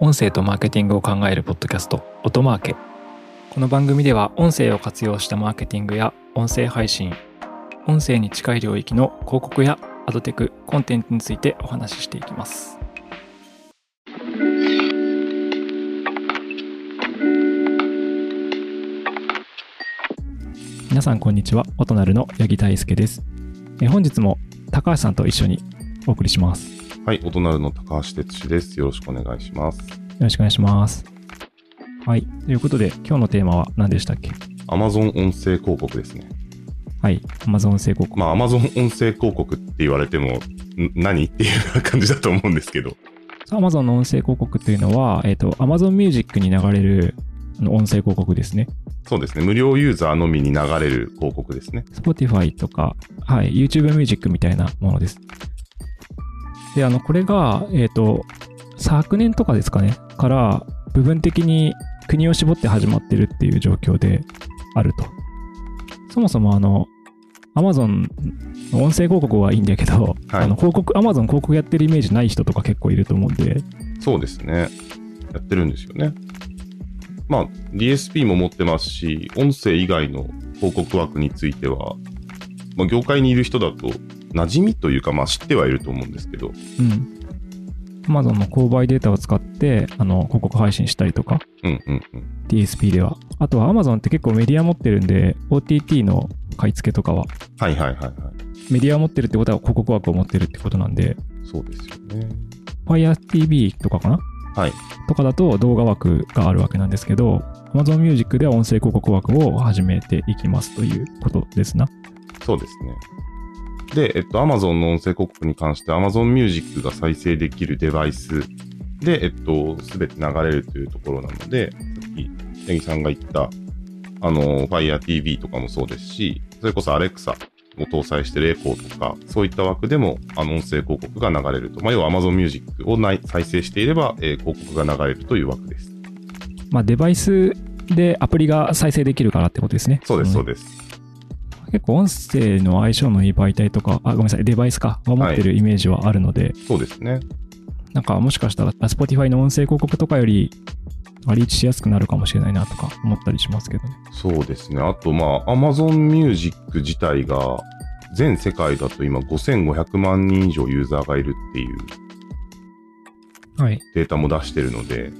音声とマーケティングを考えるポッドキャスト音マーケこの番組では音声を活用したマーケティングや音声配信音声に近い領域の広告やアドテクコンテンツについてお話ししていきます皆さんこんにちは音なるの八木大輔ですえ本日も高橋さんと一緒にお送りしますよはい、お隣の高橋哲司です。よろしくお願いします。ろしくお願いしますはいということで今日のテーマは何でしたっけ Amazon 音声広告ですね。はい Amazon 成功まあ、Amazon 音声広告って言われても、ん何っていう感じだと思うんですけど。アマゾンの音声広告というのは、えっ、と、アマゾンミュージックに流れるあの音声広告ですね。そうですね。無料ユーザーのみに流れる広告ですね。 Spotify とか、はい、YouTube ミュージックみたいなものです。で、あの、これが、えっ、と、昨年とかですかね、から、部分的に国を絞って始まってるっていう状況であると。そもそも、あの、アマゾンの音声広告はいいんだけど、はいあの広告、アマゾン広告やってるイメージない人とか結構いると思うんで、そうですね。やってるんですよね。まあ、DSP も持ってますし、音声以外の広告枠については、まあ、業界にいる人だと、馴染みというか、まあ、知ってはいると思うんですけど、うん。Amazon の購買データを使って、あの、広告配信したりとか、うんうんうん。 DSP では。あとは Amazon って結構メディア持ってるんで、OTT の買い付けとかは、はいはいはいはい。メディアを持ってるってことは広告枠を持ってるってことなんで、そうですよね。 Fire TV とかかなはい。とかだと動画枠があるわけなんですけど、Amazon Music では音声広告枠を始めていきますということですな。そうですね。で、えっと、Amazon の音声広告に関して Amazon Music が再生できるデバイスで、えっと、すべて流れるというところなので、さっき、八木さんが言った、あの、Fire TV とかもそうですし、それこそ Alexa を搭載してるエコーとか、そういった枠でも、あの、音声広告が流れると。まあ、要は Amazon Music をない再生していれば、えー広告が流れるという枠です。まあ、デバイスでアプリが再生できるからってことですね。そうです、そうでです。す。結構音声の相性のいい媒体とか、あ、ごめんなさい、デバイスか、は持ってるイメージはあるので、そうですね。なんかもしかしたら Spotify の音声広告とかよりあリーチしやすくなるかもしれないなとか思ったりしますけどね。そうですね。あと、まあ、Amazon Music 自体が、全世界だと今5500万人以上ユーザーがいるっていうはい。データも出してるので、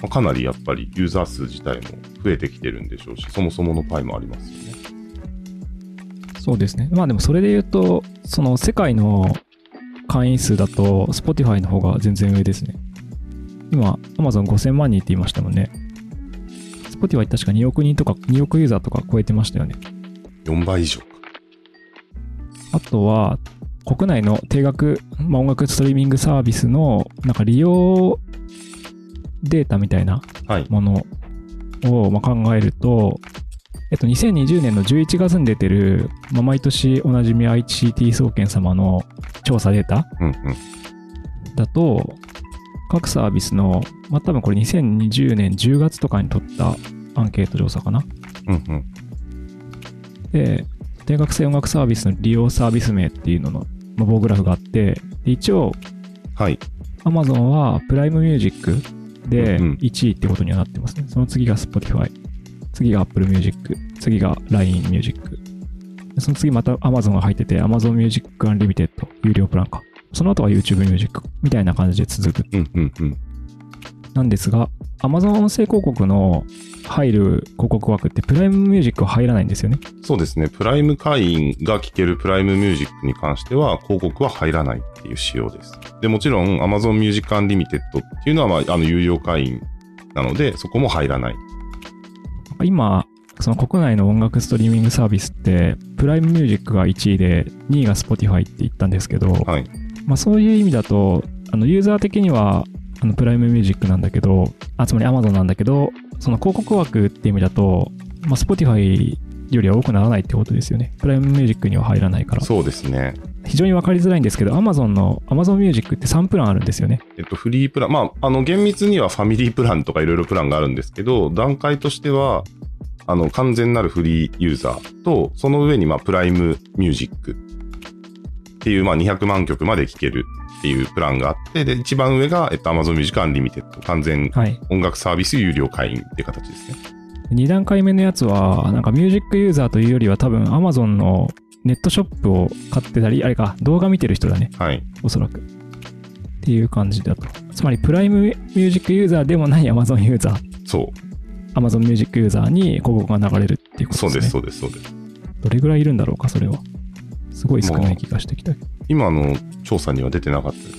まあ、かなりやっぱりユーザー数自体も増えてきてるんでしょうし、そもそものパイもありますよね。そうですね。まあでもそれで言うと、その世界の会員数だと Spotify の方が全然上ですね。今、Amazon5000 万人って言いましたもんね。Spotify 確か2億人とか2億ユーザーとか超えてましたよね。 4倍以上か。あとは、国内の定額、まあ、音楽ストリーミングサービスのなんか利用データみたいなはい。ものをまあ考えると、えっと、2020年の11月に出てる、まあ、毎年おなじみ ICT 総研様の調査データうんうん。だと、各サービスの、まあ、多分これ2020年10月とかに取ったアンケート調査かな。うんうん。で、定額制音楽サービスの利用サービス名っていうのの、まあ棒グラフがあって、で一応、はい。 Amazon はプライムミュージックでうんうん1位ってことにはなってますね。その次が Spotify、次が Apple Music、次が LINE Music。その次また Amazon が入ってて、Amazon Music Unlimited、有料プランか。その後は YouTube Music みたいな感じで続く。うんうんうん。なんですが、Amazon 音声広告の入る広告枠ってプライムミュージックは入らないんですよね。そうですね。プライム会員が聴けるプライムミュージックに関しては、広告は入らないっていう仕様です。で、もちろん Amazon Music Unlimited っていうのは、まあ、あの、有料会員なので、そこも入らない。なんか今、その国内の音楽ストリーミングサービスって、プライムミュージックが1位で、2位が Spotify って言ったんですけど、はい。まあ、そういう意味だとあのユーザー的にはあのプライムミュージックなんだけどあつまり Amazon なんだけどその広告枠っていう意味だと、まあ、Spotify よりは多くならないってことですよねプライムミュージックには入らないからそうですね。非常に分かりづらいんですけど Amazon の Amazon ミュージックって3プランあるんですよねえっと、フリープラン、まあ、あの、厳密にはファミリープランとかいろいろプランがあるんですけど、段階としては、あの、完全なるフリーユーザーと、その上に、まあ、プライムミュージックっていう、まあ、200万曲まで聴けるっていうプランがあって、で、一番上が、えっと、Amazon Music Unlimited、完全はい。音楽サービス有料会員っていう形ですね。 2段階目のやつは、なんかミュージックユーザーというよりは多分 Amazon のネットショップを買ってたり、あれか、動画見てる人だね、はい。おそらく。っていう感じだと。つまりプライムミュージックユーザーでもない Amazon ユーザー、そ Amazon ミュージックユーザーに広告が流れるっていうう。ことそうですでね。す、そうです、そうです。どれぐらいいるんだろうか、それは。すごい少ない気がしてきたけど今の調査には出てなかったです。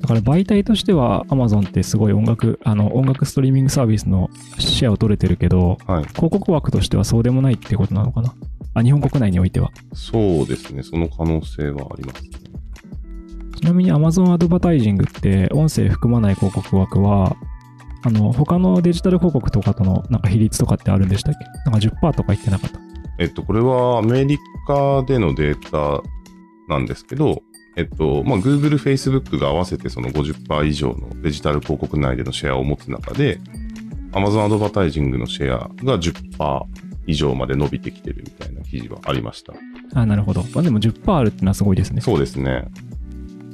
だから媒体としては Amazon ってすごい音楽、あの音楽ストリーミングサービスのシェアを取れてるけど、はい。広告枠としてはそうでもないってことなのかな。あ、日本国内においては。そうですね、その可能性はありますね。ちなみに Amazon アドバタイジングって音声含まない広告枠は、あの、他のデジタル広告とかとのなんか比率とかってあるんでしたっけなんか10%とか言ってなかった。えっと、これはアメリカでのデータなんですけど、えっと、まあ、Google、Facebook が合わせてその50%以上のデジタル広告内でのシェアを持つ中で、Amazon アドバタイジングのシェアが10%以上まで伸びてきてるみたいな記事はありました。あ、なるほど。まあ、でも10%あるってのはすごいですね。そうですね。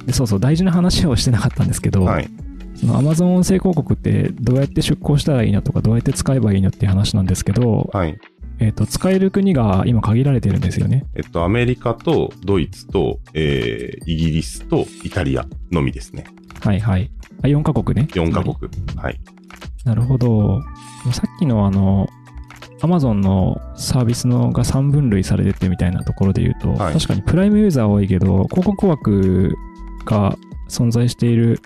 でそうそう、大事な話をしてなかったんですけど、はい。その Amazon 音声広告ってどうやって出稿したらいいのとか、どうやって使えばいいのっていう話なんですけど、はい。えっと使える国が今限られてるんですよね。えっと、アメリカとドイツと、えーイギリスとイタリアのみですね。はいはい。あ4カ国ね。 4カ。国。はい。なるほど。さっきのあの、Amazon のサービスのが3分類されててみたいなところで言うと、はい確かにプライムユーザーは多いけど、広告枠が存在している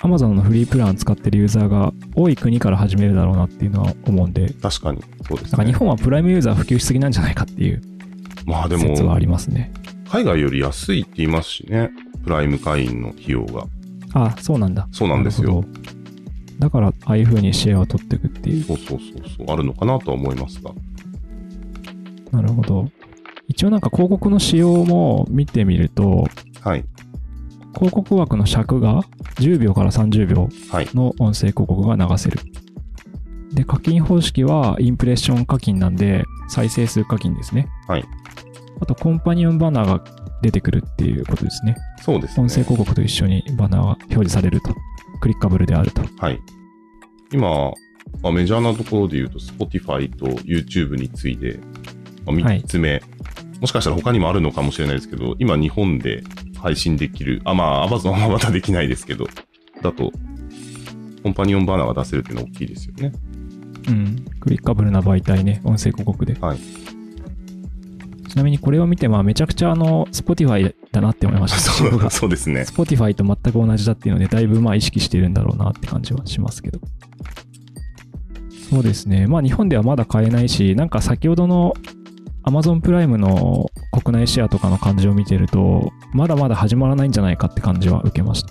Amazon のフリープランを使ってるユーザーが多い国から始めるだろうなっていうのは思うんで、確かに。そうですなんか日ね。本はプライムユーザー普及しすぎなんじゃないかっていうまあでも説、はありますね。海外より安いって言いますしね、プライム会員の費用が。あそうなんだ。そうなんですよるほど。だから、ああいう風にシェアを取っていくっていう。そうそうそうそう、あるのかなとは思いますが。なるほど。一応なんか広告の仕様も見てみると、はい。広告枠の尺が10秒から30秒はいの音声広告が流せる。で、課金方式はインプレッション課金なんで、再生数課金ですね。はい。あと、コンパニオンバナーが出てくるっていうことですね。そうです音声ね。広告と一緒にバナーが表示されると。クリッカブルであると。はい。今、まあ、メジャーなところで言うと、Spotify と YouTube に次いで、まあ、はい3つ目、もしかしたら他にもあるのかもしれないですけど、今日本で配信できる、あ、まあ、Amazon はまたできないですけど、だと、コンパニオンバナーが出せるっていうのは大きいですよね。うん、クリッカブルな媒体ね、音声広告で。はいちなみにこれを見て、まあ、めちゃくちゃあの Spotify だなって思いました。 そ うだそうですね。 Spotify と全く同じだっていうので、だいぶまあ意識してるんだろうなって感じはしますけど。そうですね。まあ日本ではまだ買えないし、なんか先ほどの Amazon プライムの国内シェアとかの感じを見てると、まだまだ始まらないんじゃないかって感じは受けました。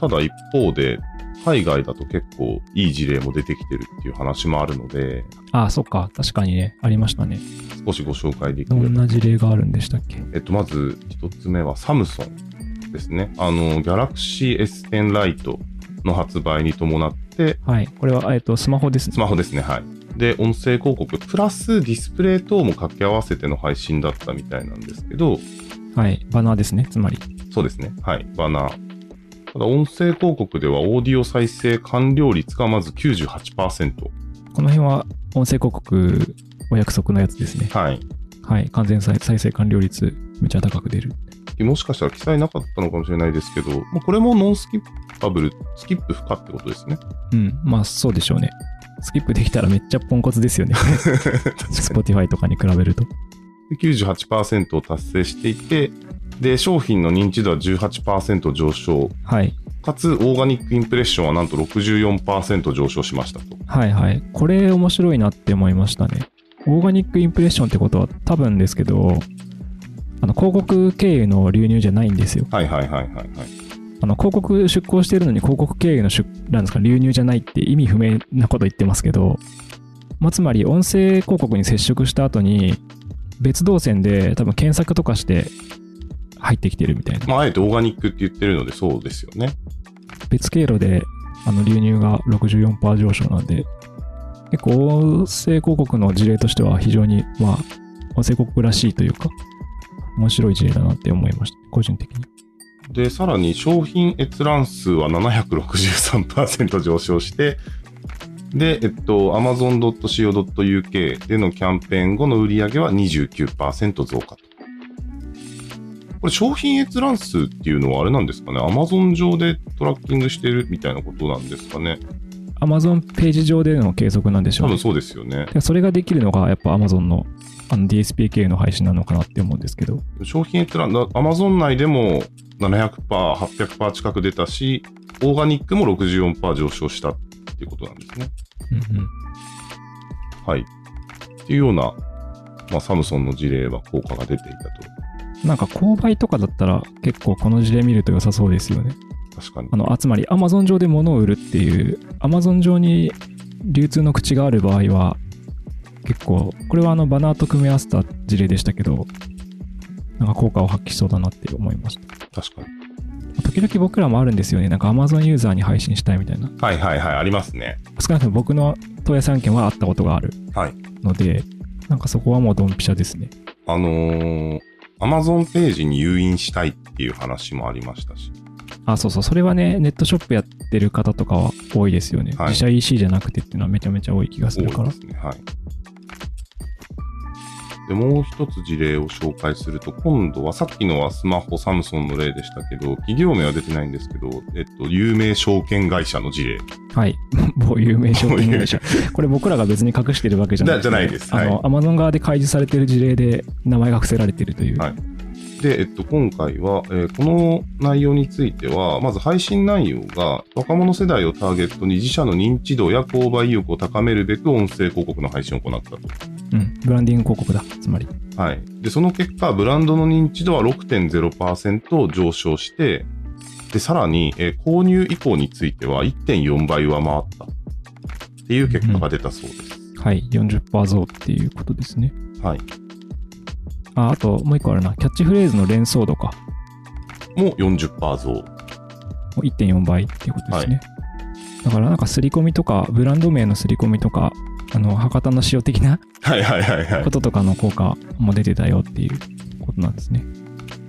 ただ一方で、海外だと結構いい事例も出てきてるっていう話もあるので、ああ、そっか。確かにね、ありましたね。少しご紹介できどれんば。な事例があるんでしたっけえっと、まず一つ目はサムソンですね。あの、Galaxy S10 ライトの発売に伴って、はい。これは、えっと、スマホですねスマホですね、はい。で、音声広告、プラスディスプレイ等も掛け合わせての配信だったみたいなんですけど、はい、バナーですね、つまり。そうですね。はい。バナー。ただ、音声広告ではオーディオ再生完了率がまず98%。この辺は音声広告お約束のやつですね。はい。はい、完全再再生完了率、めちゃ高く出る。もしかしたら記載なかったのかもしれないですけど、まあ、これもノンスキッパブル、スキップ不可ってことですね。うん、まあそうでしょうね。スキップできたらめっちゃポンコツですよね。Spotify とかに比べると。で98%を達成していて、で、商品の認知度は18%上昇、はい、かつオーガニックインプレッションはなんと64%上昇しましたと。はい、はい。これ面白いなって思いましたね。オーガニックインプレッションってことは多分ですけど、あの広告経由の流入じゃないんですよ。はいはいはいはい、はい。あの広告出稿してるのに広告経由の出なんですか流入じゃないって意味不明なこと言ってますけど、まあ、つまり音声広告に接触した後に別動線で多分検索とかして入ってきてるみたいなまあ、あえてオーガニックって言ってるのでそうですよね。別経路であの流入が64%上昇なんで結構音声広告の事例としては非常にまあ音声広告らしいというか面白い事例だなって思いました個人的にで、さらに商品閲覧数は763%上昇して、で、えっと、amazon.co.uk でのキャンペーン後の売り上げは29%増加と。これ、商品閲覧数っていうのはあれなんですかね ?Amazon 上でトラッキングしてるみたいなことなんですかね Amazon ページ上での計測なんでしょ多うね分そうですよね。でそれができるのがやっぱ Amazon のあの DSP 系の配信なのかなって思うんですけど、商品閲覧、だ Amazon 内でも700%、800%近く出たし、オーガニックも64%上昇したっていうことなんですね。うんうんはい。っていうような、まあ、サムソンの事例は効果が出ていたなんか購買とかだったら結構この事例見ると良さそうですよね。と。確かにあ。のあつまり Amazon 上で物を売るっていう Amazon 上に流通の口がある場合は結構これはあのバナーと組み合わせた事例でしたけどなんか効果を発揮しそうだなって思いました確かに。時々僕らもあるんですよねなんか Amazon ユーザーに配信したいみたいなはいはいはい、ありますね。少なくとも僕の問屋産権はあったことがあるはい。のでなんかそこはもうドンピシャですねあのー、Amazon ページに誘引したいっていう話もありましたし。あそうそうそれはねネットショップやってる方とかは多いですよね、はい自社 EC じゃなくてっていうのはめちゃめちゃ多い気がす多いるからですね。はい。で、もう一つ事例を紹介すると、今度はさっきのはスマホ、サムソンの例でしたけど、企業名は出てないんですけど、えっと、有名証券会社の事例。はい。 某有名証 券会社。これ僕らが別に隠してるわけじゃないだじゃないですあの、Amazon 側で開示されてる事例で名前が伏せられてるという。はいで、えっと、今回は、えーこの内容については、まず配信内容が若者世代をターゲットに自社の認知度や購買意欲を高めるべく音声広告の配信を行ったと。うん。ブランディング広告だ。つまり。はい。で、その結果、ブランドの認知度は6.0%上昇して、で、さらに、えー購入以降については1.4倍上回ったっていう結果が出たそうです。はい。40%増っていうことですね。はい。あ、あともう一個あるな。キャッチフレーズの連想度か。もう40%増。もう1.4倍っていうことですね。だからなんか刷り込みとか、ブランド名の刷り込みとか、あの、博多の塩的なはいはいはいはいこ。ととかの効果も出てたよっていうことなんですね。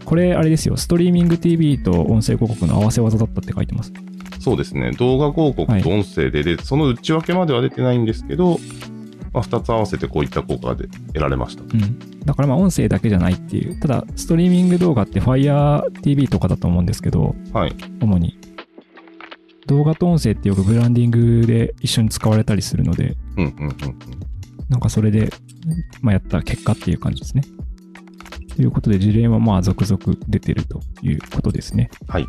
これ、あれですよ、ストリーミング TV と音声広告の合わせ技だったって書いてます。そうですね、動画広告と音声で、でその内訳までは出てないんですけど、まあ、2つ合わせてこういった効果がで得られました。うん。だからまあ音声だけじゃないっていう。ただ、ストリーミング動画って FireTV とかだと思うんですけど、はい、主に。動画と音声ってよくブランディングで一緒に使われたりするので、うんうんうんうん。なんかそれで、まあ、やった結果っていう感じですね。ということで、事例はまあ続々出てるということですね。はい。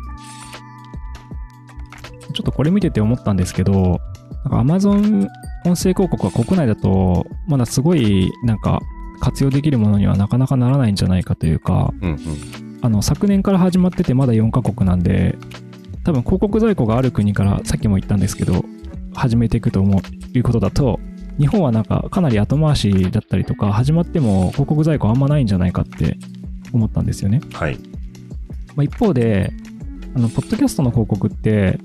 ちょっとこれ見てて思ったんですけど、なんか Amazon 音声広告は国内だと、まだすごいなんか活用できるものにはなかなかならないんじゃないかというか、うんうん。あの昨年から始まっててまだ4カ国なんで、多分広告在庫がある国からさっきも言ったんですけど、始めていくと思う、いうことだと、日本はなんかかなり後回しだったりとか、始まっても広告在庫あんまないんじゃないかって思ったんですよね。はい。まあ、一方であの、ポッドキャストの広告って、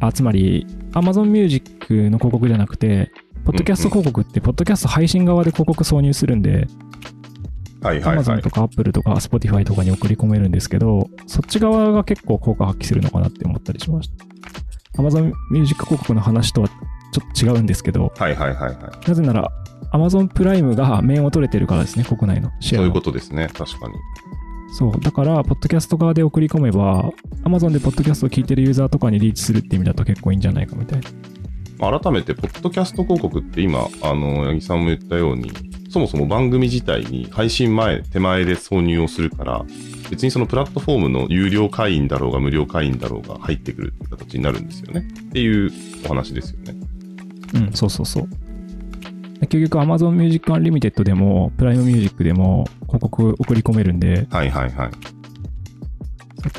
あつまり、Amazon Music の広告じゃなくて、ポッドキャスト広告って、ポッドキャスト配信側で広告挿入するんで、はいはいは Amazon いと。か Apple とか Spotify とかに送り込めるんですけど、そっち側が結構効果発揮するのかなって思ったりしました。Amazon Music 広告の話とはちょっと違うんですけど、はいはいはいはい。なぜなら Amazon プライムが面を取れてるからですね、国内のシェそアういのうことですね、確かに。そう。だから、ポッドキャスト側で送り込めば、Amazon でポッドキャストを聞いてるユーザーとかにリーチするって意味だと結構いいんじゃないかみたいな。まあ改めて、ポッドキャスト広告って今、あの、八木さんも言ったように、そもそも番組自体に配信前、手前で挿入をするから、別にそのプラットフォームの有料会員だろうが無料会員だろうが入ってくるって形になるんですよね。っていうお話ですよね。うん、そうそうそう。で結局、Amazon Music Unlimited でも、プライムミュージックでも広告送り込めるんで、はいはいはい。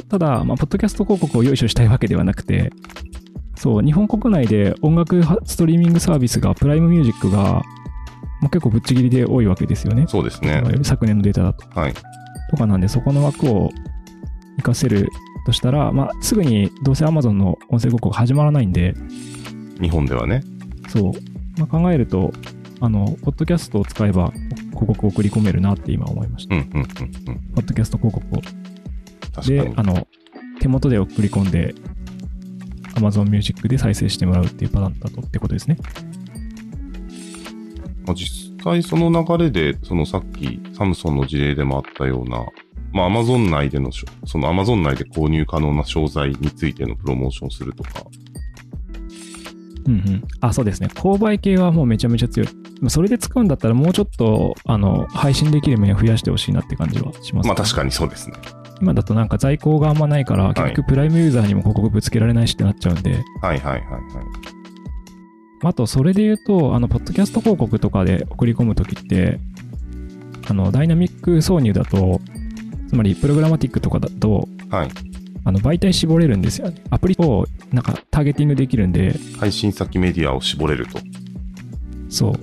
ただ、まあ、ポッドキャスト広告を用意したいわけではなくて、そう、日本国内で音楽はストリーミングサービスが、プライムミュージックが、もう結構ぶっちぎりで多いわけですよね。そうですね。昨年のデータだと。はい。とかなんで、そこの枠を活かせるとしたら、まあ、すぐにどうせ Amazon の音声広告が始まらないんで、日本ではね。そう、まあ、考えると、あの、ポッドキャストを使えば広告を送り込めるなって今思いました。うんうんうんうん。ポッドキャスト広告を。確かでに、。あの、手元で送り込んで Amazon Music で再生してもらうっていうパターンだとってことですね。まあ、実際その流れで、そのさっきサムソンの事例でもあったような、まあ、アマゾン内でのしょ、そのアマゾン内で購入可能な商材についてのプロモーションをするとか、うんうん。あ、そうですね。購買系はもうめちゃめちゃ強い。でもそれで使うんだったらもうちょっとあの配信できる面を増やしてほしいなって感じはします、まあ確かにそうですね。今だとなんか在庫があんまないから、結局プライムユーザーにも広告ぶつけられないしってなっちゃうんで、はいはいはいはい。あとそれで言うと、あの、ポッドキャスト広告とかで送り込むときって、あの、ダイナミック挿入だと、つまりプログラマティックとかだと、はい。あの媒体絞れるんですよね。アプリをなんかターゲティングできるんで、配信先メディアを絞れると。そう。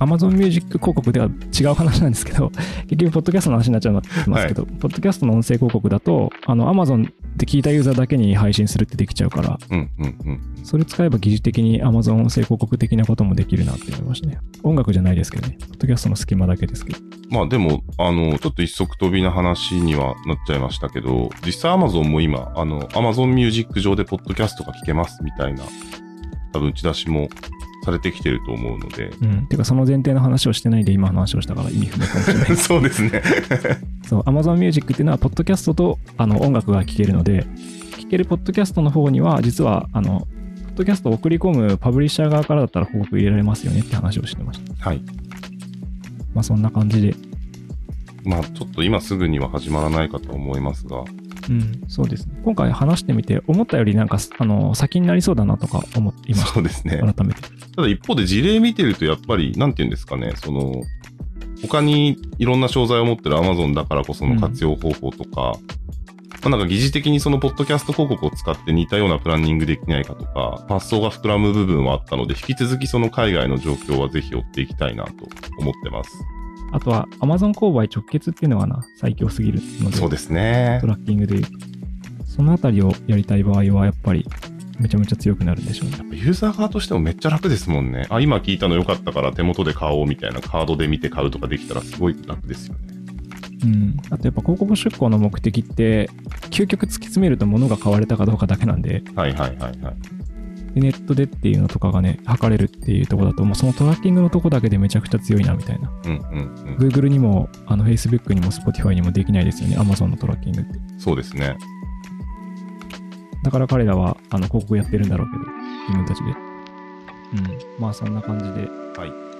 Amazon Music 広告では違う話なんですけど、 結局、ポッドキャストの話になっちゃいますけど、ポッドキャストの音声広告だと、あの Amazon で聞いたユーザーだけに配信するってできちゃうから、うんうんうん。それ使えば技術的に Amazon 音声広告的なこともできるなって思いましたね。音楽じゃないですけどね、ポッドキャストの隙間だけですけど。まあでも、あの、ちょっと一足飛びな話にはなっちゃいましたけど、実際 Amazon も今、あの、Amazon Music 上でポッドキャストが聞けますみたいな、多分打ち出しもされてきてると思うので、。うん。てか、その前提の話をしてないで今話をしたから意味不明かもしれない そうですね。そう、Amazon Music っていうのは、ポッドキャストとあの音楽が聴けるので、聴けるポッドキャストの方には、実は、あの、ポッドキャストを送り込むパブリッシャー側からだったら広告入れられますよねって話をしてました。はい。まあ、そんな感じで。まあちょっと今すぐには始まらないかと思いますが、うん、そうですね。今回話してみて、思ったよりなんか、あの、先になりそうだなとか思っていましそうですね。た。改めて。ただ一方で事例見てるとやっぱり、なんて言うんですかね、その、他にいろんな商材を持ってる Amazon だからこその活用方法とか、まあなんか疑似的にそのポッドキャスト広告を使って似たようなプランニングできないかとか、発想が膨らむ部分はあったので、引き続きその海外の状況はぜひ追っていきたいなと思ってます。あとは、Amazon 購買直結っていうのがな、最強すぎるので、そうですねト。ラッキングで言うと。そのあたりをやりたい場合は、やっぱり、めちゃめちゃ強くなるんでしょうね。ユーザー側としてもめっちゃ楽ですもんね。あ、今聞いたの良かったから手元で買おうみたいなカードで見て買うとかできたらすごい楽ですよね。うん、あとやっぱ広告出稿の目的って究極突き詰めると物が買われたかどうかだけなんではいはいはいはい。でネットでっていうのとかがね測れるっていうところだともうそのトラッキングのとこだけでめちゃくちゃ強いなみたいなうんうんうん。 Google にもあの Facebook にも Spotify にもできないですよね Amazon のトラッキングってそうですね。だから彼らはあの広告やってるんだろうけど自分たちでうんまあそんな感じではい